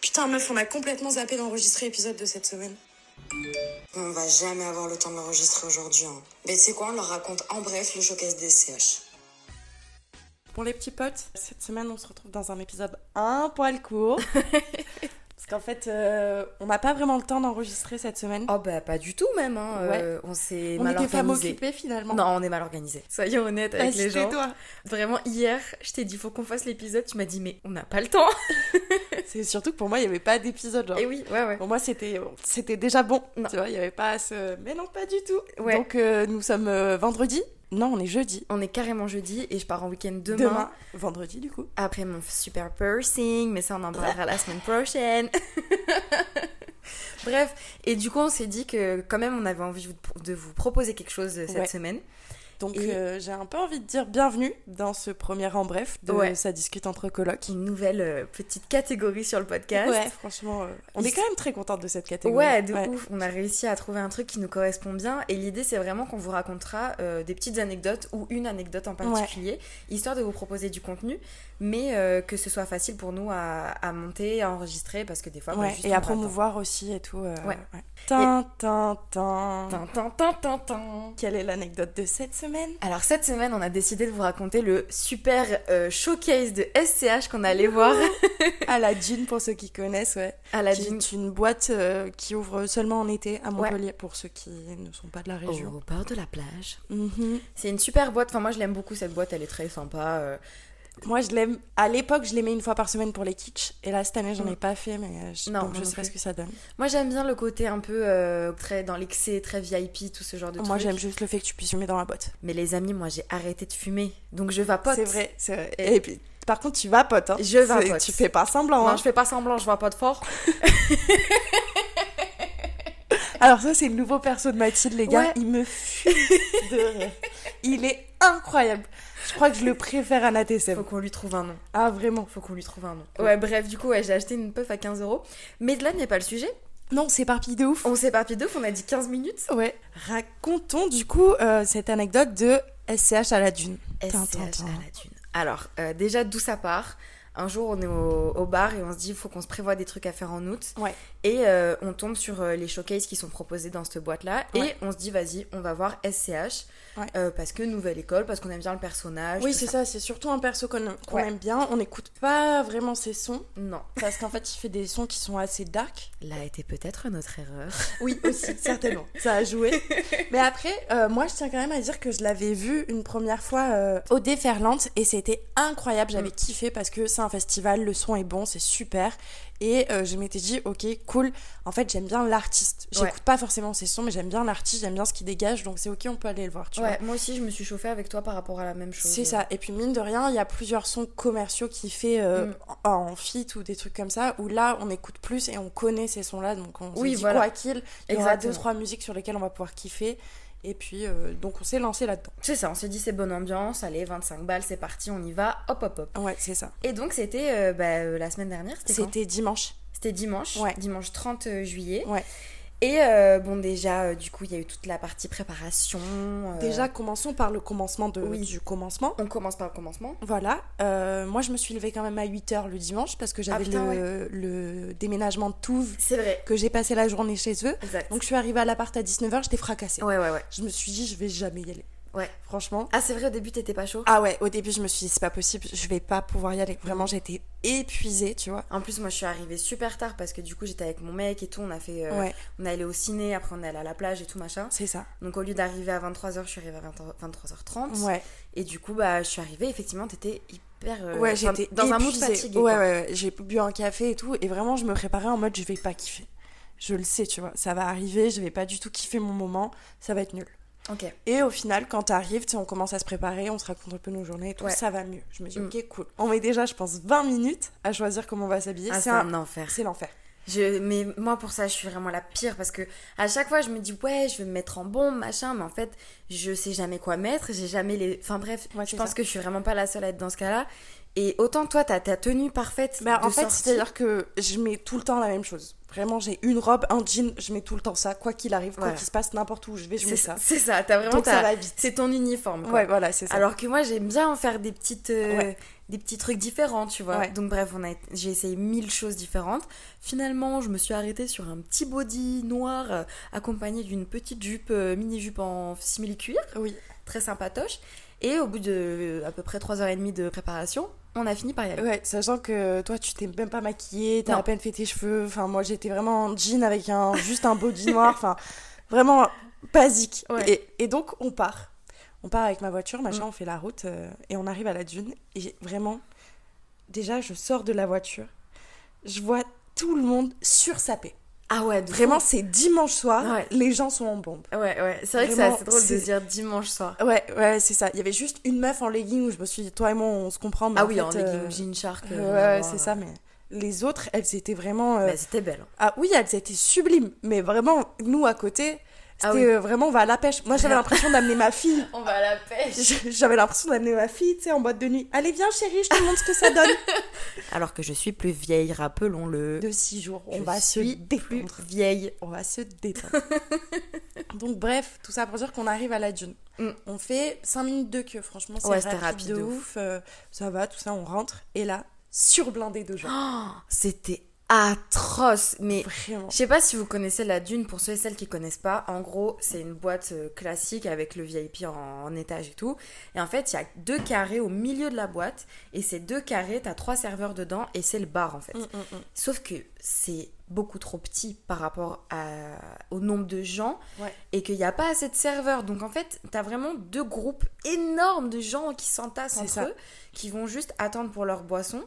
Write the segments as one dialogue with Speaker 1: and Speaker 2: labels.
Speaker 1: Putain, meuf, on a complètement zappé d'enregistrer l'épisode de cette semaine.
Speaker 2: On va jamais avoir le temps de l'enregistrer aujourd'hui. hein. Mais tu sais quoi, on leur raconte en bref le showcase des CH.
Speaker 3: Bon les petits potes, cette semaine on se retrouve dans un épisode un poil court. Parce qu'en fait, euh, on n'a pas vraiment le temps d'enregistrer cette semaine.
Speaker 4: Oh bah pas du tout même, hein.
Speaker 3: Ouais.
Speaker 4: Euh, on s'est
Speaker 3: on
Speaker 4: mal
Speaker 3: est des femmes
Speaker 4: organisé.
Speaker 3: occupées finalement.
Speaker 4: Non, on est mal organisé. Soyons honnêtes avec
Speaker 3: Vas-y,
Speaker 4: les gens.
Speaker 3: tais-toi.
Speaker 4: Bah, Vraiment hier, je t'ai dit faut qu'on fasse l'épisode, tu m'as dit mais on n'a pas le temps.
Speaker 3: C'est surtout que pour moi, il n'y avait pas d'épisode. Genre.
Speaker 4: Et oui, ouais ouais.
Speaker 3: Pour moi, c'était, c'était déjà bon.
Speaker 4: Non.
Speaker 3: Tu vois, il n'y avait pas ce. Mais non, pas du tout.
Speaker 4: Ouais.
Speaker 3: Donc euh, nous sommes euh, vendredi. Non, on est jeudi.
Speaker 4: On est carrément jeudi et je pars en week-end demain,
Speaker 3: Vendredi du coup.
Speaker 4: après mon super piercing, mais ça on en parlera la semaine prochaine. Bref, et du coup on s'est dit que quand même on avait envie vous- de vous proposer quelque chose euh, cette
Speaker 3: Ouais.
Speaker 4: semaine.
Speaker 3: Donc
Speaker 4: Et-
Speaker 3: euh, j'ai un peu envie de dire bienvenue dans ce premier en bref de
Speaker 4: Ouais.
Speaker 3: Ça discute entre colocs.
Speaker 4: Une nouvelle euh, petite catégorie sur le podcast.
Speaker 3: Ouais, franchement, euh, on est
Speaker 4: Il-
Speaker 3: quand même très contente de cette catégorie.
Speaker 4: Ouais, de ouf. On a réussi à trouver un truc qui nous correspond bien. Et l'idée, c'est vraiment qu'on vous racontera euh, des petites anecdotes ou une anecdote en particulier, histoire de vous proposer du contenu, mais euh, que ce soit facile pour nous à, à monter, à enregistrer, parce que des fois, bah,
Speaker 3: Ouais,
Speaker 4: juste, on
Speaker 3: et
Speaker 4: va
Speaker 3: à promouvoir aussi et tout. euh,
Speaker 4: Ouais.
Speaker 3: Tin, tin, tin.
Speaker 4: attendre. Tin, tin, tin, tin, tin.
Speaker 3: Quelle est l'anecdote de cette semaine
Speaker 4: Alors cette semaine, on a décidé de vous raconter le super euh, showcase de SCH qu'on allait voir
Speaker 3: À Ah, la Jean, pour ceux qui connaissent, ouais.
Speaker 4: à la
Speaker 3: qui
Speaker 4: Dune.
Speaker 3: est une boîte euh, qui ouvre seulement en été à Montpellier, pour ceux qui ne sont pas de la région.
Speaker 4: Au bord de la plage.
Speaker 3: Mhm.
Speaker 4: Oh. C'est une super boîte. Enfin, moi, je l'aime beaucoup cette boîte. Elle est très sympa. euh,
Speaker 3: Moi, je l'aime. À l'époque, je l'aimais une fois par semaine pour les kitsch. Et là, cette année, j'en ai pas fait, mais euh, je,
Speaker 4: Non,
Speaker 3: donc
Speaker 4: moi
Speaker 3: je
Speaker 4: non
Speaker 3: sais pas
Speaker 4: plus.
Speaker 3: ce que ça donne.
Speaker 4: Moi j'aime bien le côté un peu euh, très dans l'excès, très VIP, tout ce genre de
Speaker 3: Moi,
Speaker 4: trucs.
Speaker 3: j'aime juste le fait que tu puisses fumer dans la boîte.
Speaker 4: Mais les amis, moi j'ai arrêté de fumer, donc je vapote.
Speaker 3: C'est vrai, c'est vrai.
Speaker 4: Et-
Speaker 3: Et puis, par contre, tu vas pote. Hein.
Speaker 4: Je vapote.
Speaker 3: C'est- Tu fais pas semblant.
Speaker 4: Non,
Speaker 3: hein.
Speaker 4: je fais pas semblant, je vapote fort.
Speaker 3: Alors ça, c'est le nouveau perso de Mathilde, les gars.
Speaker 4: Ouais.
Speaker 3: Il me fume de rire. Il est incroyable. Je crois que je le préfère à
Speaker 4: Faut
Speaker 3: Natessem.
Speaker 4: qu'on lui trouve un nom.
Speaker 3: Ah, vraiment.
Speaker 4: Faut qu'on lui trouve un nom. Ouais, bref, du coup, ouais, j'ai acheté une puff à 15 euros. Mais de là n'est pas le sujet.
Speaker 3: Non, c'est parpille de ouf.
Speaker 4: On s'éparpille deux, on a dit 15 minutes.
Speaker 3: Ouais. Racontons du coup euh, cette anecdote de SCH à la dune. Tin,
Speaker 4: SCH
Speaker 3: tin, tin.
Speaker 4: à la dune. Alors, euh, déjà, d'où ça part Un jour, on est au, au bar et on se dit, il faut qu'on se prévoit des trucs à faire en août.
Speaker 3: Ouais.
Speaker 4: Et euh, on tombe sur euh, les showcases qui sont proposés dans cette boîte-là. Et
Speaker 3: Ouais.
Speaker 4: on se dit, vas-y, on va voir SCH.
Speaker 3: Ouais.
Speaker 4: euh, parce que nouvelle école, parce qu'on aime bien le personnage.
Speaker 3: Oui,
Speaker 4: tout
Speaker 3: c'est ça. C'est surtout un perso qu'on qu'on
Speaker 4: Ouais.
Speaker 3: aime bien. On n'écoute pas vraiment ses sons
Speaker 4: Non.
Speaker 3: parce qu'en fait, il fait des sons qui sont assez dark.
Speaker 4: Là était peut-être notre erreur.
Speaker 3: Oui, aussi, certainement. Ça a joué. Mais après, euh, moi, je tiens quand même à dire que je l'avais vu une première fois euh, au Déferlante et c'était incroyable. J'avais
Speaker 4: Mm.
Speaker 3: kiffé parce que c'est un festival, le son est bon, c'est super. Et euh, je m'étais dit, ok, cool. En fait, j'aime bien l'artiste. J'écoute
Speaker 4: Ouais.
Speaker 3: pas forcément ses sons, mais j'aime bien l'artiste, j'aime bien ce qu'il dégage, donc c'est ok, on peut aller le voir, tu vois.
Speaker 4: Ouais, moi aussi, je me suis chauffée avec toi par rapport à la même chose.
Speaker 3: C'est ça. Et puis mine de rien, il y a plusieurs sons commerciaux qui fait euh,
Speaker 4: Mm.
Speaker 3: en, en feat ou des trucs comme ça où là on écoute plus et on connaît ces sons-là, donc on
Speaker 4: Oui,
Speaker 3: se dit
Speaker 4: voilà.
Speaker 3: quoi qu'il. Il y aura deux
Speaker 4: Exactement.
Speaker 3: trois musiques sur lesquelles on va pouvoir kiffer. Et puis euh, donc on s'est lancé là-dedans.
Speaker 4: C'est ça, on s'est dit c'est bonne ambiance, allez, 25 balles, c'est parti, on y va, hop hop hop.
Speaker 3: Ouais, c'est ça.
Speaker 4: Et donc c'était euh, bah, euh, la semaine dernière, c'était quand
Speaker 3: C'était dimanche.
Speaker 4: C'était dimanche,
Speaker 3: Ouais.
Speaker 4: dimanche 30 juillet.
Speaker 3: Ouais.
Speaker 4: Et euh, bon, déjà, euh, du coup, il y a eu toute la partie préparation. euh,
Speaker 3: Déjà commençons par le commencement de,
Speaker 4: Oui.
Speaker 3: du commencement.
Speaker 4: on commence par le commencement.
Speaker 3: Voilà, Euh, moi je me suis levée quand même à 8h le dimanche parce que
Speaker 4: Ah,
Speaker 3: j'avais
Speaker 4: putain,
Speaker 3: le, le déménagement de Touve
Speaker 4: C'est vrai.
Speaker 3: que j'ai passé la journée chez eux.
Speaker 4: Exact.
Speaker 3: Donc je suis arrivée à l'appart à 19h, j'étais fracassée.
Speaker 4: Ouais, ouais, ouais.
Speaker 3: Je me suis dit je vais jamais y aller.
Speaker 4: Ouais.
Speaker 3: Franchement,
Speaker 4: Ah, c'est vrai, au début, t'étais pas chaud.
Speaker 3: Ah ouais, au début, je me suis dit, c'est pas possible, je vais pas pouvoir y aller. Vraiment, j'étais épuisée, tu vois.
Speaker 4: En plus, moi, je suis arrivée super tard parce que du coup, j'étais avec mon mec et tout. On a fait. euh,
Speaker 3: ouais,
Speaker 4: On est allé au ciné, après, on est allé à la plage et tout, machin.
Speaker 3: c'est ça.
Speaker 4: Donc, au lieu d'arriver à 23h, je suis arrivée à 23h30.
Speaker 3: Ouais,
Speaker 4: Et du coup, bah, je suis arrivée, effectivement, t'étais hyper. euh,
Speaker 3: ouais
Speaker 4: enfin,
Speaker 3: j'étais
Speaker 4: Dans un mood
Speaker 3: épuisée.
Speaker 4: fatigué.
Speaker 3: Ouais,
Speaker 4: quoi.
Speaker 3: ouais, ouais. J'ai bu un café et tout, et vraiment, je me préparais en mode, je vais pas kiffer. Je le sais, tu vois, ça va arriver, je vais pas du tout kiffer mon moment, ça va être nul.
Speaker 4: Ok.
Speaker 3: Et au final, quand t'arrives, tu sais, on commence à se préparer, on se raconte un peu nos journées et tout,
Speaker 4: Ouais.
Speaker 3: ça va mieux. Je me dis,
Speaker 4: Mm.
Speaker 3: ok, cool. On met déjà, je pense, 20 minutes à choisir comment on va s'habiller.
Speaker 4: Ah,
Speaker 3: c'est
Speaker 4: c'est un
Speaker 3: un-
Speaker 4: enfer.
Speaker 3: c'est l'enfer.
Speaker 4: Je, mais moi, pour ça, je suis vraiment la pire parce que à chaque fois, je me dis, ouais, je vais me mettre en bombe, machin, mais en fait, je sais jamais quoi mettre, j'ai jamais les. Enfin, bref,
Speaker 3: Ouais,
Speaker 4: je
Speaker 3: c'est
Speaker 4: pense
Speaker 3: ça.
Speaker 4: que je suis vraiment pas la seule à être dans ce cas-là. Et autant toi, t'as ta tenue parfaite.
Speaker 3: Bah,
Speaker 4: de
Speaker 3: en fait,
Speaker 4: sortie.
Speaker 3: c'est-à-dire que je mets tout le temps la même chose. Vraiment, j'ai une robe, un jean, je mets tout le temps ça, quoi qu'il arrive, quoi
Speaker 4: Voilà.
Speaker 3: qu'il se passe, n'importe où je vais, je mets
Speaker 4: c'est
Speaker 3: ça.
Speaker 4: ça. C'est ça, t'as vraiment
Speaker 3: Donc ça
Speaker 4: ta-
Speaker 3: va vite.
Speaker 4: C'est ton uniforme. Quoi.
Speaker 3: Ouais, voilà, c'est ça.
Speaker 4: Alors que moi, j'aime bien en faire des petites, euh,
Speaker 3: Ouais.
Speaker 4: des petits trucs différents, tu vois.
Speaker 3: Ouais.
Speaker 4: Donc bref, on a, j'ai essayé mille choses différentes. Finalement, je me suis arrêtée sur un petit body noir euh, accompagné d'une petite jupe, euh, mini jupe en simili cuir,
Speaker 3: oui.
Speaker 4: très sympatoche. Et au bout de euh, à peu près 3h30 de préparation, on a fini par y aller.
Speaker 3: Ouais, sachant que toi, tu t'es même pas maquillée, t'as
Speaker 4: Non.
Speaker 3: à peine fait tes cheveux. Enfin, moi, j'étais vraiment en jean avec un, juste un body noir. Enfin, vraiment basique.
Speaker 4: Ouais. Mm.
Speaker 3: Et, et donc, on part. On part avec ma voiture, machin, on fait la route euh, et on arrive à la dune. Et vraiment, déjà, je sors de la voiture. Je vois tout le monde sursapé.
Speaker 4: Ah ouais, de
Speaker 3: Vraiment, c'est dimanche soir.
Speaker 4: Ouais.
Speaker 3: Les gens sont en bombe.
Speaker 4: fou. Ouais, ouais. C'est vrai
Speaker 3: Vraiment,
Speaker 4: que c'est assez drôle de
Speaker 3: c'est-
Speaker 4: se dire dimanche soir.
Speaker 3: Ouais, ouais, c'est ça. Il y avait juste une meuf en legging où je me suis dit, toi et moi, on se comprend. Mais
Speaker 4: Ah
Speaker 3: en
Speaker 4: oui,
Speaker 3: fait,
Speaker 4: en
Speaker 3: euh,
Speaker 4: legging, jean shark. euh,
Speaker 3: Ouais, ouais,
Speaker 4: voilà.
Speaker 3: c'est ça, mais les autres, elles étaient vraiment. euh,
Speaker 4: Bah, c'était belle. hein.
Speaker 3: Ah oui, elles étaient sublimes, mais vraiment, nous à côté, c'était
Speaker 4: Ah oui.
Speaker 3: euh, vraiment on va à la pêche. Moi j'avais
Speaker 4: Rien.
Speaker 3: l'impression d'amener ma fille.
Speaker 4: On va à la pêche.
Speaker 3: J'avais l'impression d'amener ma fille, tu sais, en boîte de nuit. Allez, viens chérie, je te montre ce que ça donne.
Speaker 4: Alors que je suis plus vieille, rappelons-le.
Speaker 3: De six jours, on
Speaker 4: Je
Speaker 3: va se
Speaker 4: suis
Speaker 3: détendre.
Speaker 4: plus vieille.
Speaker 3: On va se détendre. Donc bref, tout ça pour dire qu'on arrive à la dune.
Speaker 4: Mm.
Speaker 3: On fait 5 minutes de queue, franchement, c'est
Speaker 4: Ouais, c'était rapide
Speaker 3: rapide, de
Speaker 4: de
Speaker 3: ouf. euh, ça va, tout ça, on rentre. Et là, surblindé de gens.
Speaker 4: C'était atroce, mais
Speaker 3: Vraiment.
Speaker 4: je sais pas si vous connaissez la dune, pour ceux et celles qui connaissent pas, en gros c'est une boîte euh, classique avec le VIP en, en étage et tout, et en fait il y a deux carrés au milieu de la boîte, et ces deux carrés, t'as trois serveurs dedans, et c'est le bar en fait.
Speaker 3: Mm, mm,
Speaker 4: Sauf que c'est beaucoup trop petit par rapport à- au nombre de gens
Speaker 3: Ouais.
Speaker 4: et qu'il n'y a pas assez de serveurs. Donc en fait, t'as vraiment deux groupes énormes de gens qui s'entassent
Speaker 3: C'est
Speaker 4: entre
Speaker 3: ça.
Speaker 4: eux, qui vont juste attendre pour leur boisson.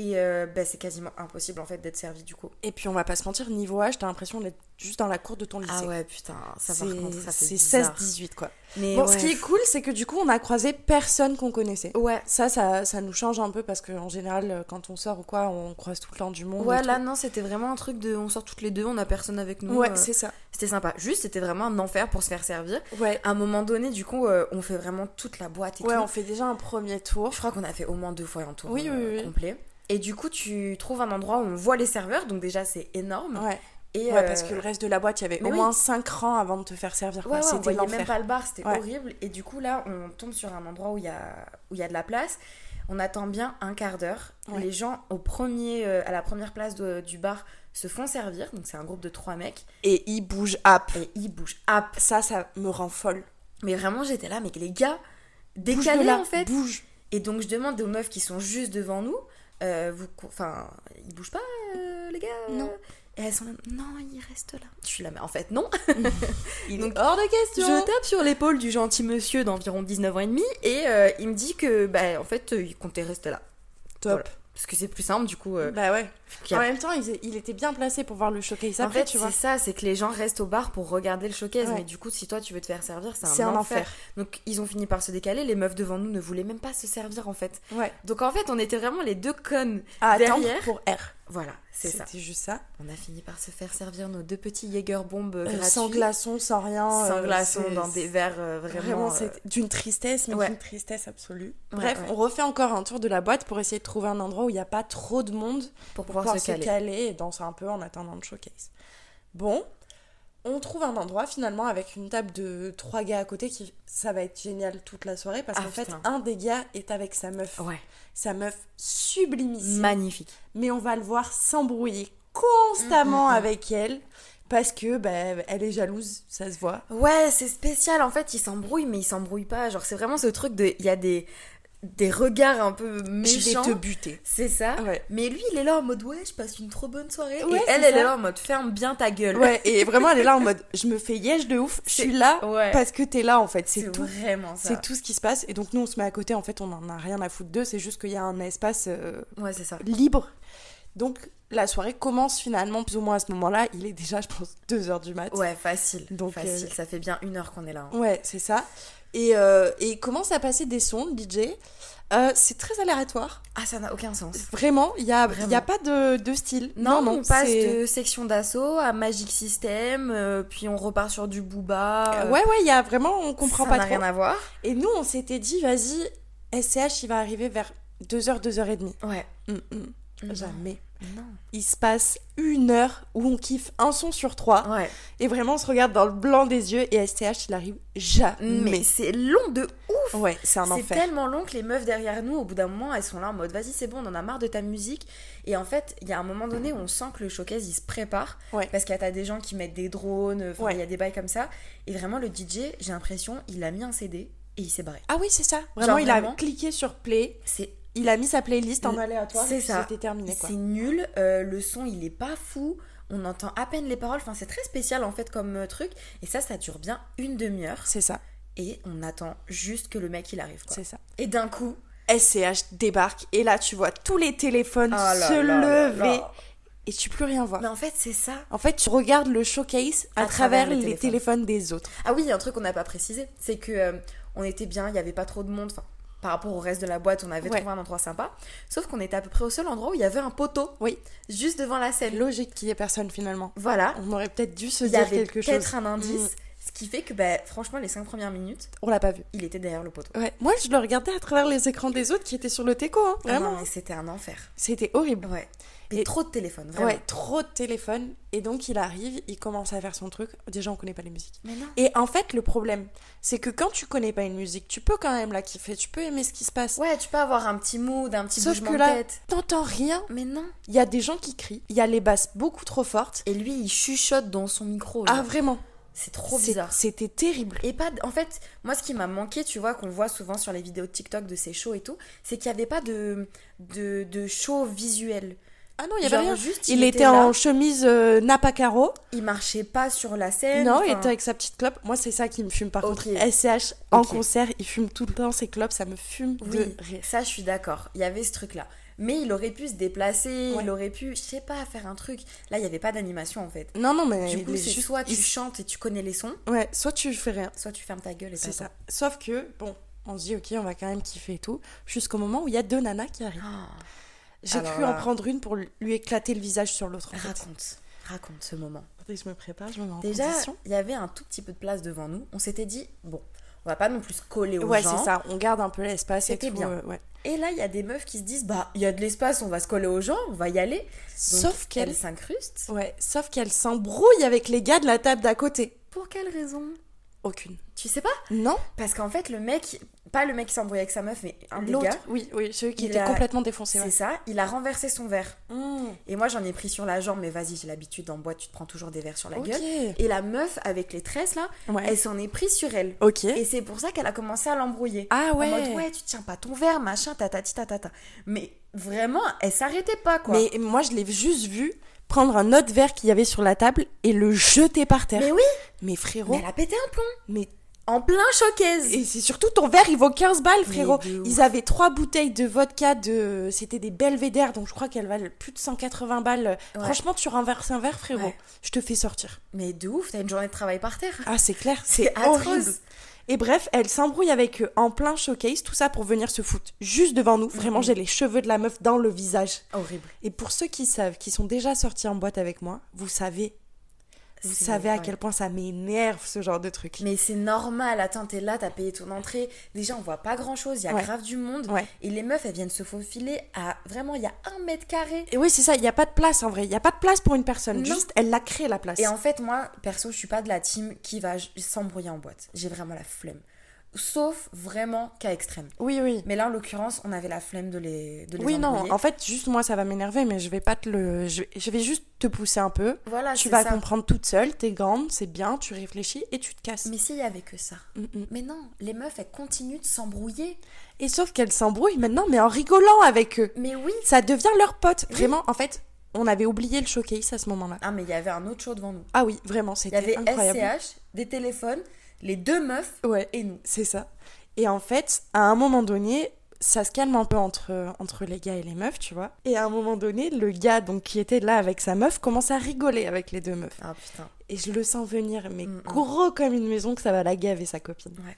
Speaker 4: Et euh, bah, c'est quasiment impossible en fait d'être servi du coup.
Speaker 3: Et puis on va pas se mentir, niveau âge, t'as l'impression d'être juste dans la cour de ton lycée.
Speaker 4: Ah ouais, putain, ça par
Speaker 3: C'est-
Speaker 4: contre, ça fait
Speaker 3: C'est
Speaker 4: bizarre.
Speaker 3: 16-18 quoi.
Speaker 4: Mais
Speaker 3: bon,
Speaker 4: ouais.
Speaker 3: ce qui est cool, c'est que du coup, on a croisé personne qu'on connaissait.
Speaker 4: Ouais.
Speaker 3: Ça, ça, ça nous change un peu parce qu'en général, euh, quand on sort ou quoi, on croise tout le temps du monde.
Speaker 4: Ouais,
Speaker 3: et
Speaker 4: là
Speaker 3: tout.
Speaker 4: non, c'était vraiment un truc de on sort toutes les deux, on a personne avec nous.
Speaker 3: Ouais,
Speaker 4: euh,
Speaker 3: c'est ça.
Speaker 4: c'était sympa. Juste, c'était vraiment un enfer pour se faire servir.
Speaker 3: Ouais.
Speaker 4: À un moment donné, du coup, euh, on fait vraiment toute la boîte et
Speaker 3: Ouais,
Speaker 4: tout.
Speaker 3: on fait déjà un premier tour.
Speaker 4: Je crois qu'on a fait au moins deux fois un tour
Speaker 3: Oui,
Speaker 4: euh,
Speaker 3: oui, oui.
Speaker 4: complet. Et du coup, tu trouves un endroit où on voit les serveurs, donc déjà c'est énorme.
Speaker 3: Ouais.
Speaker 4: Et
Speaker 3: Ouais, parce
Speaker 4: euh,
Speaker 3: que le reste de la boîte, il y avait au
Speaker 4: mais oui.
Speaker 3: moins 5 rangs avant de te faire servir.
Speaker 4: ouais,
Speaker 3: quoi.
Speaker 4: ouais, on
Speaker 3: C'était
Speaker 4: voyait même
Speaker 3: l'enfer.
Speaker 4: pas le bar, c'était
Speaker 3: Ouais.
Speaker 4: horrible. Et du coup, là, on tombe sur un endroit où il y a, où il y a de la place. On attend bien un quart d'heure.
Speaker 3: Ouais.
Speaker 4: Les gens au premier, euh, à la première place de- du bar se font servir. Donc c'est un groupe de trois mecs
Speaker 3: Et ils bougent app.
Speaker 4: et ils bougent. Ah,
Speaker 3: Ça, ça me rend folle.
Speaker 4: mais vraiment, j'étais là, mais les gars,
Speaker 3: Bouge
Speaker 4: décalés
Speaker 3: de là,
Speaker 4: en fait.
Speaker 3: Bouge.
Speaker 4: Et donc je demande aux meufs qui sont juste devant nous, euh, vous, cou- enfin, ils bougent pas, euh, les gars
Speaker 3: Non.
Speaker 4: Et elles sont là, non, ils restent là. Je suis là, mais en fait, non.
Speaker 3: Il
Speaker 4: Donc,
Speaker 3: est hors de question.
Speaker 4: Je tape sur l'épaule du gentil monsieur d'environ 19 ans et demi et euh, il me dit que, bah, en fait, euh, il comptait rester là.
Speaker 3: Top.
Speaker 4: Voilà. Parce que c'est plus simple, du coup. euh,
Speaker 3: Bah ouais.
Speaker 4: qu'il y a-
Speaker 3: En même temps, il, il était bien placé pour voir le showcase
Speaker 4: en
Speaker 3: après,
Speaker 4: fait,
Speaker 3: tu vois.
Speaker 4: c'est ça, c'est que les gens restent au bar pour regarder le showcase.
Speaker 3: Ouais.
Speaker 4: Mais du coup, si toi, tu veux te faire servir, c'est un,
Speaker 3: C'est un enfer.
Speaker 4: Donc, ils ont fini par se décaler. Les meufs devant nous ne voulaient même pas se servir, en fait.
Speaker 3: Ouais.
Speaker 4: Donc, en fait, on était vraiment les deux connes.
Speaker 3: À attendre
Speaker 4: Derrière.
Speaker 3: pour R.
Speaker 4: Voilà, c'est ça.
Speaker 3: C'était juste ça.
Speaker 4: On a fini par se faire servir nos deux petits Jaeger bombes
Speaker 3: Euh,
Speaker 4: gratuits.
Speaker 3: sans glaçons, sans rien.
Speaker 4: Sans
Speaker 3: euh,
Speaker 4: glaçons
Speaker 3: c'est-
Speaker 4: dans des verres euh,
Speaker 3: c'est-
Speaker 4: vraiment.
Speaker 3: Vraiment,
Speaker 4: euh,
Speaker 3: c'est d'une tristesse, mais
Speaker 4: ouais.
Speaker 3: d'une tristesse absolue.
Speaker 4: Ouais,
Speaker 3: Bref,
Speaker 4: ouais.
Speaker 3: on refait encore un tour de la boîte pour essayer de trouver un endroit où il n'y a pas trop de monde
Speaker 4: pour
Speaker 3: pour
Speaker 4: pouvoir, se caler.
Speaker 3: et danser un peu en attendant le showcase. Bon, on trouve un endroit finalement avec une table de trois gars à côté qui ça va être génial toute la soirée parce
Speaker 4: Ah,
Speaker 3: qu'en fait
Speaker 4: putain.
Speaker 3: un des gars est avec sa meuf,
Speaker 4: Ouais.
Speaker 3: sa meuf sublimissime.
Speaker 4: Magnifique.
Speaker 3: mais on va le voir s'embrouiller
Speaker 4: Mm,
Speaker 3: constamment avec elle parce que bah, elle est jalouse, ça se voit.
Speaker 4: Ouais, c'est spécial. En fait, ils s'embrouillent, mais ils s'embrouillent pas. Genre, c'est vraiment ce truc de. Il y a des, des regards un peu méchants.
Speaker 3: buter.
Speaker 4: C'est ça.
Speaker 3: Ouais.
Speaker 4: Mais lui, il est là en mode ouais, je passe une trop bonne soirée.
Speaker 3: Ouais,
Speaker 4: et
Speaker 3: c'est
Speaker 4: elle, elle
Speaker 3: ça.
Speaker 4: est là en mode ferme bien ta gueule.
Speaker 3: Ouais, et vraiment elle est là en mode je me fais yège de ouf, je suis là
Speaker 4: Ouais.
Speaker 3: parce que t'es là en fait, c'est
Speaker 4: C'est
Speaker 3: tout.
Speaker 4: vraiment ça.
Speaker 3: C'est tout ce qui se passe et donc nous on se met à côté en fait on en a rien à foutre d'eux, c'est juste qu'il y a un espace euh,
Speaker 4: Ouais, c'est ça.
Speaker 3: libre. Donc la soirée commence finalement plus ou moins à ce moment-là, il est déjà je pense 2h du mat.
Speaker 4: Ouais, facile.
Speaker 3: Donc,
Speaker 4: facile.
Speaker 3: euh,
Speaker 4: Ça fait bien une heure qu'on est là. hein.
Speaker 3: Ouais, c'est ça. Et, euh, et il commence à passer des sons, le DJ. Euh, c'est très aléatoire.
Speaker 4: Ah, ça n'a aucun sens.
Speaker 3: Vraiment, il n'y a,
Speaker 4: Vraiment.
Speaker 3: il y a pas de, de style.
Speaker 4: Non, on passe
Speaker 3: c'est-
Speaker 4: de section d'assaut à Magic System, euh, puis on repart sur du Booba.
Speaker 3: Ouais, ouais, il y a vraiment, on comprend
Speaker 4: euh, ça
Speaker 3: pas
Speaker 4: n'a
Speaker 3: trop.
Speaker 4: rien à voir.
Speaker 3: Et nous, on s'était dit, vas-y, SCH, il va arriver vers deux heures, deux heures et demie.
Speaker 4: Ouais.
Speaker 3: Hum, hum.
Speaker 4: Non.
Speaker 3: Jamais.
Speaker 4: Non.
Speaker 3: Il se passe une heure où on kiffe un son sur trois
Speaker 4: Ouais.
Speaker 3: et vraiment on se regarde dans le blanc des yeux et STH il arrive
Speaker 4: Mais,
Speaker 3: jamais.
Speaker 4: c'est long de ouf.
Speaker 3: Ouais, c'est un
Speaker 4: C'est
Speaker 3: enfer.
Speaker 4: tellement long que les meufs derrière nous, au bout d'un moment, elles sont là en mode vas-y, c'est bon, on en a marre de ta musique. Et en fait, il y a un moment donné où on sent que le showcase il se prépare.
Speaker 3: Ouais.
Speaker 4: Parce qu'il y a t'as des gens qui mettent des drones, enfin, il
Speaker 3: Ouais.
Speaker 4: y a des bails comme ça. Et vraiment, le DJ, j'ai l'impression, il a mis un CD et il s'est barré.
Speaker 3: Ah oui, c'est ça. Vraiment, il
Speaker 4: vraiment.
Speaker 3: a cliqué sur play,
Speaker 4: C'est
Speaker 3: il a mis sa playlist en
Speaker 4: Le-
Speaker 3: aléatoire
Speaker 4: c'est
Speaker 3: et puis
Speaker 4: ça.
Speaker 3: c'était terminé quoi.
Speaker 4: c'est nul, euh, le son il est pas fou, on entend à peine les paroles, enfin c'est très spécial en fait comme euh, truc. Et ça, ça dure bien une demi-heure.
Speaker 3: C'est ça,
Speaker 4: Et on attend juste que le mec il arrive quoi.
Speaker 3: c'est ça.
Speaker 4: Et d'un coup,
Speaker 3: SCH débarque et là tu vois tous les téléphones
Speaker 4: ah là
Speaker 3: se
Speaker 4: là là
Speaker 3: lever
Speaker 4: là.
Speaker 3: et tu peux plus rien voir.
Speaker 4: Mais en fait, c'est ça.
Speaker 3: En fait, tu regardes le showcase à,
Speaker 4: À
Speaker 3: travers,
Speaker 4: travers le
Speaker 3: les
Speaker 4: téléphone.
Speaker 3: téléphones des autres.
Speaker 4: Ah oui, il y a un truc qu'on n'a pas précisé, c'est que euh, on était bien, il y avait pas trop de monde. Enfin, par rapport au reste de la boîte, on avait
Speaker 3: Ouais.
Speaker 4: trouvé un endroit sympa. Sauf qu'on était à peu près au seul endroit où il y avait un poteau.
Speaker 3: Oui.
Speaker 4: Juste devant la scène.
Speaker 3: Logique qu'il y ait personne finalement.
Speaker 4: Voilà.
Speaker 3: On aurait peut-être dû se
Speaker 4: Il y
Speaker 3: dire
Speaker 4: avait
Speaker 3: quelque chose. Mm.
Speaker 4: peut-être un indice. Ce qui fait que, bah, franchement, les cinq premières minutes,
Speaker 3: On l'a pas vu.
Speaker 4: il était derrière le poteau.
Speaker 3: Ouais. Moi, je le regardais à travers les écrans des autres qui étaient sur le teco. hein,
Speaker 4: Ah
Speaker 3: Vraiment.
Speaker 4: non, mais c'était un enfer.
Speaker 3: C'était horrible.
Speaker 4: Ouais. Mais
Speaker 3: Et-
Speaker 4: trop de téléphones, vraiment.
Speaker 3: Ouais, trop de téléphones. Et donc, il arrive, il commence à faire son truc. Déjà, on connaît pas les musiques.
Speaker 4: Mais non.
Speaker 3: Et en fait, le problème, c'est que quand tu connais pas une musique, tu peux quand même la kiffer, tu peux aimer ce qui se passe.
Speaker 4: Ouais, tu peux avoir un petit mood, un petit
Speaker 3: Sauf
Speaker 4: bougement
Speaker 3: que là-
Speaker 4: de tête.
Speaker 3: T'entends rien.
Speaker 4: Mais non.
Speaker 3: Il y a des gens qui crient, il y a les basses beaucoup trop fortes.
Speaker 4: Et lui, il chuchote dans son micro.
Speaker 3: Ah,
Speaker 4: genre.
Speaker 3: vraiment
Speaker 4: c'est Oh trop
Speaker 3: C'est-
Speaker 4: bizarre.
Speaker 3: C'était terrible.
Speaker 4: Et pas, d- en fait, moi ce qui m'a manqué, tu vois, qu'on voit souvent sur les vidéos de TikTok de ces shows et tout, c'est qu'il n'y avait pas de, de, de show visuel.
Speaker 3: Ah non, il y avait
Speaker 4: Genre,
Speaker 3: rien.
Speaker 4: Juste,
Speaker 3: Il, était,
Speaker 4: là,
Speaker 3: en chemise euh, nappe à carreaux.
Speaker 4: Il marchait pas sur la scène.
Speaker 3: non,
Speaker 4: enfin,
Speaker 3: il était avec sa petite clope. Moi, c'est ça qui me fume. Par
Speaker 4: Ok.
Speaker 3: contre, SCH, en
Speaker 4: Ok.
Speaker 3: concert, il fume tout le temps ses clopes. Ça me fume
Speaker 4: Oui,
Speaker 3: de rire.
Speaker 4: ça je suis d'accord. Il y avait ce truc-là. Mais il aurait pu se déplacer,
Speaker 3: Ouais.
Speaker 4: il aurait pu, je sais pas, faire un truc. Là, il n'y avait pas d'animation en fait.
Speaker 3: Non, non, mais
Speaker 4: Du
Speaker 3: il
Speaker 4: coup,
Speaker 3: est
Speaker 4: c'est
Speaker 3: juste-
Speaker 4: soit tu
Speaker 3: il-
Speaker 4: chantes et tu connais les sons,
Speaker 3: Ouais, soit tu fais rien.
Speaker 4: soit tu fermes ta gueule et
Speaker 3: C'est
Speaker 4: t'attends.
Speaker 3: ça. Sauf que, bon, on se dit, ok, on va quand même kiffer et tout. Jusqu'au moment où il y a deux nanas qui arrivent.
Speaker 4: Ah,
Speaker 3: J'ai
Speaker 4: Alors
Speaker 3: cru
Speaker 4: là-
Speaker 3: en prendre une pour lui éclater le visage sur l'autre. En fait.
Speaker 4: raconte, raconte ce moment.
Speaker 3: Attendez, je me prépare, je me mets en
Speaker 4: Déjà,
Speaker 3: condition.
Speaker 4: il y avait un tout petit peu de place devant nous. On s'était dit, bon, on va pas non plus se coller aux
Speaker 3: Ouais,
Speaker 4: gens.
Speaker 3: c'est ça. On garde un peu l'espace et
Speaker 4: C'était
Speaker 3: tout.
Speaker 4: bien.
Speaker 3: euh, ouais.
Speaker 4: Et là, il y a des meufs qui se disent, bah, il y a de l'espace, on va se coller aux gens, on va y aller. Donc,
Speaker 3: Sauf qu'elle
Speaker 4: elles s'incrustent.
Speaker 3: ouais, sauf qu'elle s'embrouille avec les gars de la table d'à côté.
Speaker 4: Pour quelle raison
Speaker 3: Aucune.
Speaker 4: Tu sais pas
Speaker 3: Non
Speaker 4: Parce qu'en fait, le mec, pas le mec qui s'embrouille avec sa meuf, mais un des
Speaker 3: L'autre,
Speaker 4: gars,
Speaker 3: oui, oui, celui qui
Speaker 4: il
Speaker 3: était
Speaker 4: a-
Speaker 3: complètement défoncé.
Speaker 4: c'est
Speaker 3: ouais.
Speaker 4: ça, il a renversé son verre.
Speaker 3: Mmh.
Speaker 4: Et moi, j'en ai pris sur la jambe, mais vas-y, j'ai l'habitude, en boîte, tu te prends toujours des verres sur la
Speaker 3: Ok.
Speaker 4: gueule. Et la meuf, avec les tresses là,
Speaker 3: Ouais.
Speaker 4: elle s'en est prise sur elle.
Speaker 3: Ok.
Speaker 4: Et c'est pour ça qu'elle a commencé à l'embrouiller.
Speaker 3: Ah ouais.
Speaker 4: En mode, ouais, tu tiens pas ton verre, machin, tatati tatata. Mais vraiment, elle s'arrêtait pas, quoi.
Speaker 3: Mais moi, je l'ai juste vu prendre un autre verre qu'il y avait sur la table et le jeter par terre.
Speaker 4: Mais oui,
Speaker 3: Mais frérot,
Speaker 4: mais elle a pété un plomb.
Speaker 3: mais...
Speaker 4: En plein showcase.
Speaker 3: Et c'est surtout ton verre, il vaut 15 balles,
Speaker 4: Mais
Speaker 3: frérot.
Speaker 4: de ouf.
Speaker 3: Ils avaient trois bouteilles de vodka, de... c'était des belvédères, donc je crois qu'elles valent plus de 180 balles.
Speaker 4: Ouais.
Speaker 3: Franchement, tu renverses un verre, frérot,
Speaker 4: Ouais.
Speaker 3: je te fais sortir.
Speaker 4: Mais de ouf, t'as une journée de travail par terre.
Speaker 3: Ah, c'est clair,
Speaker 4: C'est
Speaker 3: c'est
Speaker 4: atroce.
Speaker 3: horrible. Et bref, elle s'embrouille avec eux en plein showcase, tout ça pour venir se foutre juste devant nous. Vraiment,
Speaker 4: Mhm.
Speaker 3: j'ai les cheveux de la meuf dans le visage.
Speaker 4: Horrible.
Speaker 3: Et pour ceux qui savent, qui sont déjà sortis en boîte avec moi, vous savez, vous
Speaker 4: C'est-
Speaker 3: savez à
Speaker 4: ouais.
Speaker 3: quel point ça m'énerve ce genre de truc.
Speaker 4: Mais c'est normal, attends, t'es là, t'as payé ton entrée. Déjà, on voit pas grand chose, il y a
Speaker 3: Ouais.
Speaker 4: grave du monde.
Speaker 3: Ouais.
Speaker 4: Et les meufs, elles viennent se faufiler à vraiment, il y a un mètre carré.
Speaker 3: Et bah, oui, c'est ça, il n'y a pas de place en vrai, il n'y a pas de place pour une personne.
Speaker 4: Non.
Speaker 3: Juste, elle l'a créé la place.
Speaker 4: Et en fait, moi, perso, je suis pas de la team qui va j- s'embrouiller en boîte. J'ai vraiment la flemme. Sauf vraiment cas extrême.
Speaker 3: Oui, oui.
Speaker 4: Mais là, en l'occurrence, on avait la flemme de les, de les
Speaker 3: Oui, non,
Speaker 4: embrouiller.
Speaker 3: en fait, juste moi, ça va m'énerver, mais je vais pas te le. Je je vais juste te pousser un peu.
Speaker 4: Voilà,
Speaker 3: tu
Speaker 4: Ah, c'est
Speaker 3: vas
Speaker 4: ça.
Speaker 3: comprendre toute seule, t'es grande, c'est bien, tu réfléchis et tu te casses.
Speaker 4: Mais s'il y avait que ça.
Speaker 3: Mm, mm.
Speaker 4: Mais non, les meufs, elles continuent de s'embrouiller.
Speaker 3: Et sauf qu'elle s'embrouille maintenant, mais en rigolant avec eux.
Speaker 4: Mais oui
Speaker 3: Ça devient leur pote. Vraiment, en fait, on avait oublié le showcase à ce moment-là.
Speaker 4: Ah, mais il y avait un autre show devant nous.
Speaker 3: Ah oui, vraiment,
Speaker 4: Il y avait
Speaker 3: c'était incroyable.
Speaker 4: SCH, des téléphones, les deux meufs
Speaker 3: Ouais,
Speaker 4: et nous.
Speaker 3: c'est ça. Et en fait, à un moment donné, ça se calme un peu entre, entre les gars et les meufs, tu vois. Et à un moment donné, le gars donc qui était là avec sa meuf commence à rigoler avec les deux meufs.
Speaker 4: Ah putain.
Speaker 3: Et je le sens venir, mais
Speaker 4: Mm, mm.
Speaker 3: gros comme une maison que ça va la gaver sa copine.
Speaker 4: Ouais.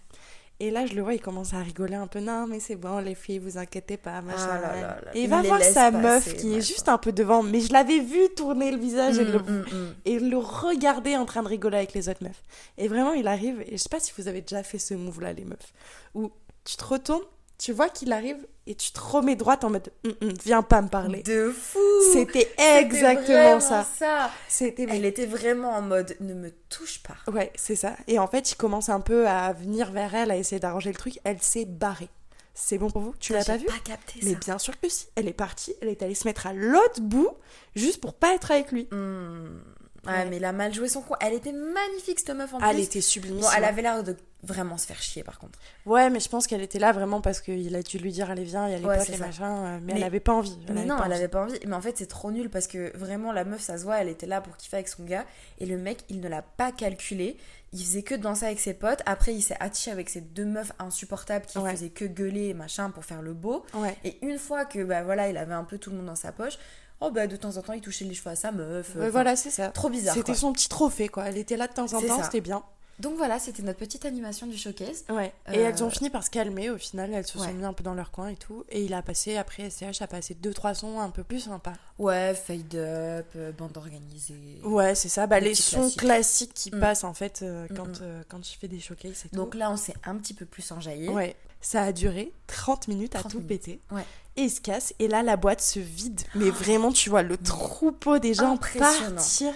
Speaker 3: Et là, je le vois, il commence à rigoler un peu. Non, mais c'est bon, les filles, vous inquiétez pas, machin.
Speaker 4: Ah là
Speaker 3: nan.
Speaker 4: là là,
Speaker 3: Et il
Speaker 4: il
Speaker 3: va
Speaker 4: les
Speaker 3: voir
Speaker 4: laisse
Speaker 3: sa
Speaker 4: passer,
Speaker 3: meuf qui est
Speaker 4: machin.
Speaker 3: juste un peu devant, mais je l'avais vu tourner le visage et, Ah, le,
Speaker 4: Mm, mm, mm.
Speaker 3: et le regarder en train de rigoler avec les autres meufs. Et vraiment, il arrive, et je sais pas si vous avez déjà fait ce move-là, les meufs, où tu te retournes, tu vois qu'il arrive et tu te remets droite en mode Hum, hum, viens pas me parler.
Speaker 4: De fou
Speaker 3: C'était
Speaker 4: C'était
Speaker 3: exactement
Speaker 4: vraiment
Speaker 3: ça.
Speaker 4: ça.
Speaker 3: C'était
Speaker 4: Elle était vraiment en mode ne me touche pas.
Speaker 3: Ouais, c'est ça. Et en fait, il commence un peu à venir vers elle, à essayer d'arranger le truc. Elle s'est barrée. C'est bon pour vous Tu l'as
Speaker 4: J'ai
Speaker 3: pas vu
Speaker 4: Pas capté
Speaker 3: Mais
Speaker 4: ça.
Speaker 3: bien sûr que si. Elle est partie, elle est allée se mettre à l'autre bout juste pour pas être avec lui.
Speaker 4: Hmm. Ouais,
Speaker 3: Ouais.
Speaker 4: mais il a mal joué son coup. Elle était magnifique cette meuf en
Speaker 3: Ah, Elle
Speaker 4: plus.
Speaker 3: était sublime.
Speaker 4: Bon, elle avait l'air de vraiment se faire chier par contre.
Speaker 3: Ouais, mais je pense qu'elle était là vraiment parce qu'il a dû lui dire allez viens, il y a les
Speaker 4: Ouais,
Speaker 3: potes,
Speaker 4: c'est
Speaker 3: les
Speaker 4: ça.
Speaker 3: machins, euh, mais, elle
Speaker 4: Mais-
Speaker 3: avait pas envie. Elle
Speaker 4: mais
Speaker 3: avait
Speaker 4: non,
Speaker 3: pas
Speaker 4: elle
Speaker 3: envie.
Speaker 4: avait pas envie. Mais en fait, c'est trop nul parce que vraiment, la meuf, ça se voit, elle était là pour kiffer avec son gars. Et le mec, il ne l'a pas calculé. Il faisait que danser avec ses potes. Après, il s'est attiché avec ces deux meufs insupportables qui
Speaker 3: Ouais.
Speaker 4: faisaient que gueuler et machin pour faire le beau.
Speaker 3: Ouais.
Speaker 4: Et une fois que, bah voilà, il avait un peu tout le monde dans sa poche, oh bah de temps en temps, il touchait les cheveux à sa meuf. euh,
Speaker 3: Ouais,
Speaker 4: Enfin,
Speaker 3: voilà, c'est ça.
Speaker 4: Trop bizarre.
Speaker 3: C'était
Speaker 4: quoi.
Speaker 3: son petit trophée quoi. Elle était là de temps en
Speaker 4: C'est
Speaker 3: temps,
Speaker 4: ça.
Speaker 3: c'était bien.
Speaker 4: Donc voilà, c'était notre petite animation du showcase.
Speaker 3: Ouais. Et
Speaker 4: Euh,
Speaker 3: elles ont fini par se calmer au final, elles se
Speaker 4: ouais.
Speaker 3: sont mis un peu dans leur coin et tout. Et il a passé, après SCH a passé 2-3 sons un peu plus sympas.
Speaker 4: Ouais, fade up, euh, bande organisée.
Speaker 3: Ouais, c'est ça. Bah,
Speaker 4: Des
Speaker 3: les
Speaker 4: petits
Speaker 3: sons
Speaker 4: classiques.
Speaker 3: classiques qui
Speaker 4: Mm. passent,
Speaker 3: passent, en fait, euh,
Speaker 4: Mm, quand,
Speaker 3: quand,
Speaker 4: mm.
Speaker 3: quand je fais des showcases et
Speaker 4: Donc là, on s'est un petit peu plus enjaillé.
Speaker 3: Ouais. Ça a duré 30 minutes
Speaker 4: 30
Speaker 3: à tout
Speaker 4: minutes.
Speaker 3: péter.
Speaker 4: Ouais.
Speaker 3: Et il se casse. Et là, la boîte se vide. Mais vraiment, tu vois, le troupeau des gens
Speaker 4: Impressionnant.
Speaker 3: partir.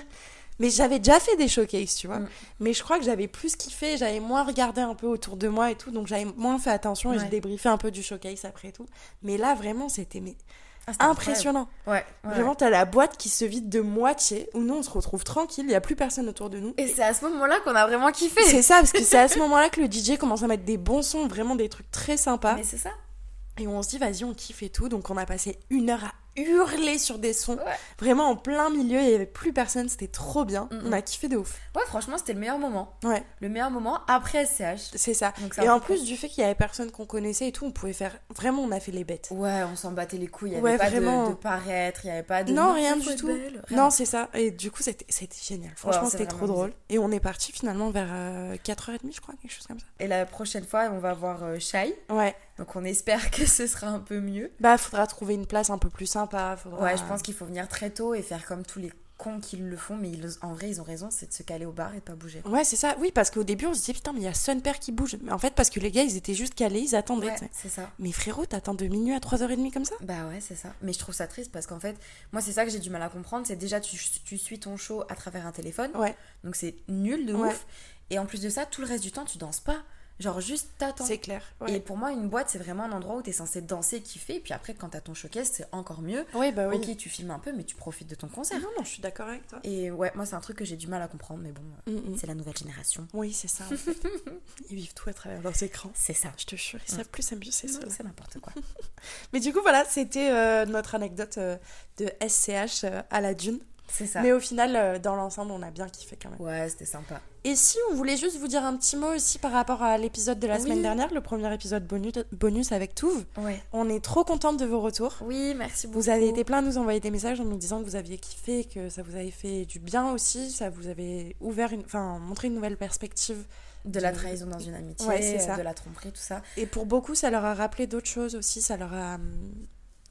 Speaker 3: Mais j'avais déjà fait des showcases, tu vois.
Speaker 4: Mm.
Speaker 3: Mais je crois que j'avais plus kiffé, j'avais moins regardé un peu autour de moi et tout. Donc j'avais moins fait attention et
Speaker 4: Ouais.
Speaker 3: j'ai débriefé un peu du showcase après et tout. Mais là, vraiment, c'était mais,
Speaker 4: Ah, c'était
Speaker 3: impressionnant.
Speaker 4: Ouais, ouais, ouais.
Speaker 3: Vraiment, t'as la boîte qui se vide de moitié. Où nous, on se retrouve tranquille, il n'y a plus personne autour de nous.
Speaker 4: Et c'est à ce moment-là qu'on a vraiment kiffé.
Speaker 3: C'est ça, parce que c'est à ce moment-là que le DJ commence à mettre des bons sons, vraiment des trucs très sympas.
Speaker 4: Mais c'est ça.
Speaker 3: Et on se dit, vas-y, on kiffe et tout. Donc on a passé une heure à hurler sur des sons,
Speaker 4: Ouais.
Speaker 3: vraiment en plein milieu, il n'y avait plus personne, c'était trop bien.
Speaker 4: Mm,
Speaker 3: On
Speaker 4: mm.
Speaker 3: a kiffé de ouf.
Speaker 4: Ouais, franchement, c'était le meilleur moment.
Speaker 3: Ouais,
Speaker 4: Le meilleur moment après SCH.
Speaker 3: c'est ça.
Speaker 4: Donc, c'est
Speaker 3: Et
Speaker 4: un
Speaker 3: en
Speaker 4: peu
Speaker 3: plus du fait qu'il y avait personne qu'on connaissait et tout, on pouvait faire. Vraiment, on a fait les bêtes.
Speaker 4: con. Ouais, on s'en battait les couilles. Il n'y avait
Speaker 3: Ouais,
Speaker 4: pas de-
Speaker 3: vraiment.
Speaker 4: De, paraître, il n'y avait pas de.
Speaker 3: Non, rien
Speaker 4: il
Speaker 3: du
Speaker 4: faut être
Speaker 3: tout.
Speaker 4: belle, rien.
Speaker 3: Non, c'est ça. Et du coup, c'était c'était génial. Franchement,
Speaker 4: c'est
Speaker 3: c'était trop
Speaker 4: vraiment
Speaker 3: drôle. Et on est parti finalement vers euh, 4h30, je crois, quelque chose comme ça.
Speaker 4: Et la prochaine fois, on va voir euh, Shai.
Speaker 3: Ouais.
Speaker 4: Donc on espère que ce sera un peu mieux.
Speaker 3: Bah, faudra trouver une place un peu plus sympa. faudra-
Speaker 4: Ouais, je pense qu'il faut venir très tôt et faire comme tous les cons qui le font. Mais ils- en vrai, ils ont raison, c'est de se caler au bar et de pas bouger.
Speaker 3: Ouais, c'est ça. Oui, parce qu'au début, on se dit putain, mais il y a Sun Père qui bouge. Mais en fait, parce que les gars, ils étaient juste calés, ils attendaient.
Speaker 4: Ouais,
Speaker 3: tu sais.
Speaker 4: c'est ça.
Speaker 3: Mais frérot, t'attends de minuit à 3h30 comme ça
Speaker 4: Bah ouais, c'est ça. Mais je trouve ça triste parce qu'en fait, moi, c'est ça que j'ai du mal à comprendre. C'est déjà, tu, tu suis ton show à travers un téléphone.
Speaker 3: Ouais.
Speaker 4: Donc c'est nul de
Speaker 3: Ouais.
Speaker 4: ouf. Et en plus de ça, tout le reste du temps, tu danses pas. Genre juste t'attends.
Speaker 3: C'est clair.
Speaker 4: Et
Speaker 3: Ouais.
Speaker 4: pour moi, une boîte, c'est vraiment un endroit où t'es censé danser, kiffer. Et puis après, quand t'as ton showcase, c'est encore mieux.
Speaker 3: Ouais, bah oui.
Speaker 4: Ok, tu filmes un peu, mais tu profites de ton concert.
Speaker 3: Non, non, je suis d'accord avec toi.
Speaker 4: Et ouais, moi, c'est un truc que j'ai du mal à comprendre. Mais bon, euh,
Speaker 3: Mm, mm.
Speaker 4: c'est la nouvelle génération.
Speaker 3: Oui, c'est ça. en fait. ils vivent tout à travers leurs écrans.
Speaker 4: C'est ça.
Speaker 3: Je te jure, ils savent plus s'amuser.
Speaker 4: Non,
Speaker 3: ceux-là.
Speaker 4: C'est n'importe quoi.
Speaker 3: Mais du coup, voilà, c'était euh, notre anecdote euh, de SCH euh, à la dune.
Speaker 4: C'est ça.
Speaker 3: Mais au final, euh, dans l'ensemble, on a bien kiffé quand même.
Speaker 4: Ouais, c'était sympa.
Speaker 3: Et si on voulait juste vous dire un petit mot aussi par rapport à l'épisode de la
Speaker 4: Oui.
Speaker 3: semaine dernière, le premier épisode bonus, bonus avec Touve,
Speaker 4: Ouais.
Speaker 3: on est trop contente de vos retours.
Speaker 4: Oui, merci beaucoup.
Speaker 3: Vous avez été plein à nous envoyer des messages en nous disant que vous aviez kiffé, que ça vous avait fait du bien aussi, ça vous avait ouvert une, enfin, montré une nouvelle perspective.
Speaker 4: de la trahison dans une amitié,
Speaker 3: Ouais, c'est
Speaker 4: euh,
Speaker 3: ça.
Speaker 4: de la tromperie, tout ça.
Speaker 3: Et pour beaucoup, ça leur a rappelé d'autres choses aussi, ça leur a hum,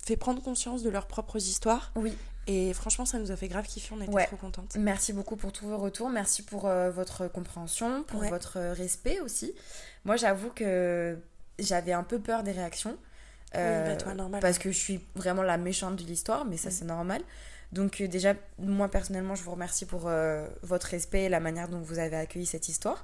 Speaker 3: fait prendre conscience de leurs propres histoires.
Speaker 4: Oui,
Speaker 3: Et franchement, ça nous a fait grave kiffer, on était
Speaker 4: Ouais.
Speaker 3: trop contentes.
Speaker 4: merci beaucoup pour tous vos retours, merci pour euh, votre compréhension, pour
Speaker 3: Ouais.
Speaker 4: votre euh, respect aussi. Moi, j'avoue que j'avais un peu peur des réactions. euh,
Speaker 3: oui, bah toi, Mm. normal.
Speaker 4: parce que je suis vraiment la méchante de l'histoire, mais ça, c'est normal. Donc, euh, déjà, moi, personnellement, je vous remercie pour euh, votre respect et la manière dont vous avez accueilli cette histoire.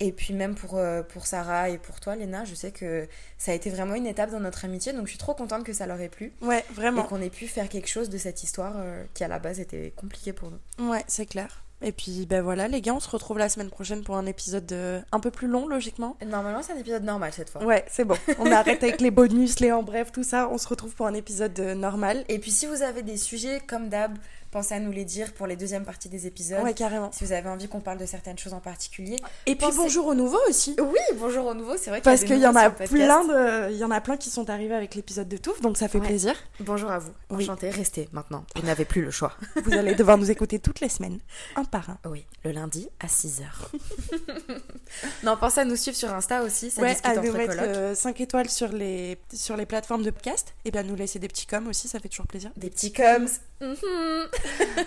Speaker 4: Et puis, même pour, euh, pour Sarah et pour toi, Léna, je sais que ça a été vraiment une étape dans notre amitié, donc je suis trop contente que ça leur ait plu.
Speaker 3: Ouais,
Speaker 4: et
Speaker 3: vraiment.
Speaker 4: qu'on ait pu faire quelque chose de cette histoire euh, qui à la base était compliquée pour nous.
Speaker 3: Ouais, c'est clair. Et puis, ben voilà, les gars, on se retrouve la semaine prochaine pour un épisode euh, un peu plus long, logiquement.
Speaker 4: Normalement, c'est un épisode normal cette fois.
Speaker 3: Ouais, c'est bon. On arrête avec les bonus, les en bref, tout ça. On se retrouve pour un épisode euh, normal.
Speaker 4: Et puis si vous avez des sujets comme d'hab, pensez à nous les dire pour les deuxièmes parties des épisodes.
Speaker 3: Ouais, carrément.
Speaker 4: Si vous avez envie qu'on parle de certaines choses en particulier.
Speaker 3: Et puis,
Speaker 4: Pensez-
Speaker 3: bonjour aux nouveaux aussi.
Speaker 4: Oui, bonjour au nouveau, c'est vrai
Speaker 3: Parce
Speaker 4: des
Speaker 3: qu'il y en
Speaker 4: nouveaux
Speaker 3: a
Speaker 4: sur le podcast.
Speaker 3: plein de, il y en a plein qui sont arrivés avec l'épisode de Touf, donc ça fait
Speaker 4: Ouais.
Speaker 3: plaisir.
Speaker 4: Bonjour à vous.
Speaker 3: Oui.
Speaker 4: Enchantée, restez maintenant. Vous n'avez plus le choix.
Speaker 3: Vous allez devoir nous écouter toutes les semaines, un par un.
Speaker 4: Oui, le lundi à 6h. non, pensez à nous suivre sur Insta aussi, ça
Speaker 3: ouais,
Speaker 4: discute
Speaker 3: à
Speaker 4: entre
Speaker 3: nous mettre
Speaker 4: colocs.
Speaker 3: 5 étoiles sur les, sur les plateformes de podcast, et bien nous laisser des petits coms aussi, ça fait toujours plaisir.
Speaker 4: Des petits coms. Mhm.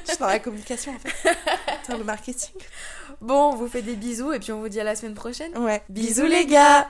Speaker 3: Je suis dans la communication en fait, dans le marketing.
Speaker 4: Bon, on vous fait des bisous et puis on vous dit à la semaine prochaine.
Speaker 3: Ouais.
Speaker 4: Bisous,
Speaker 3: Bisous
Speaker 4: les
Speaker 3: les gars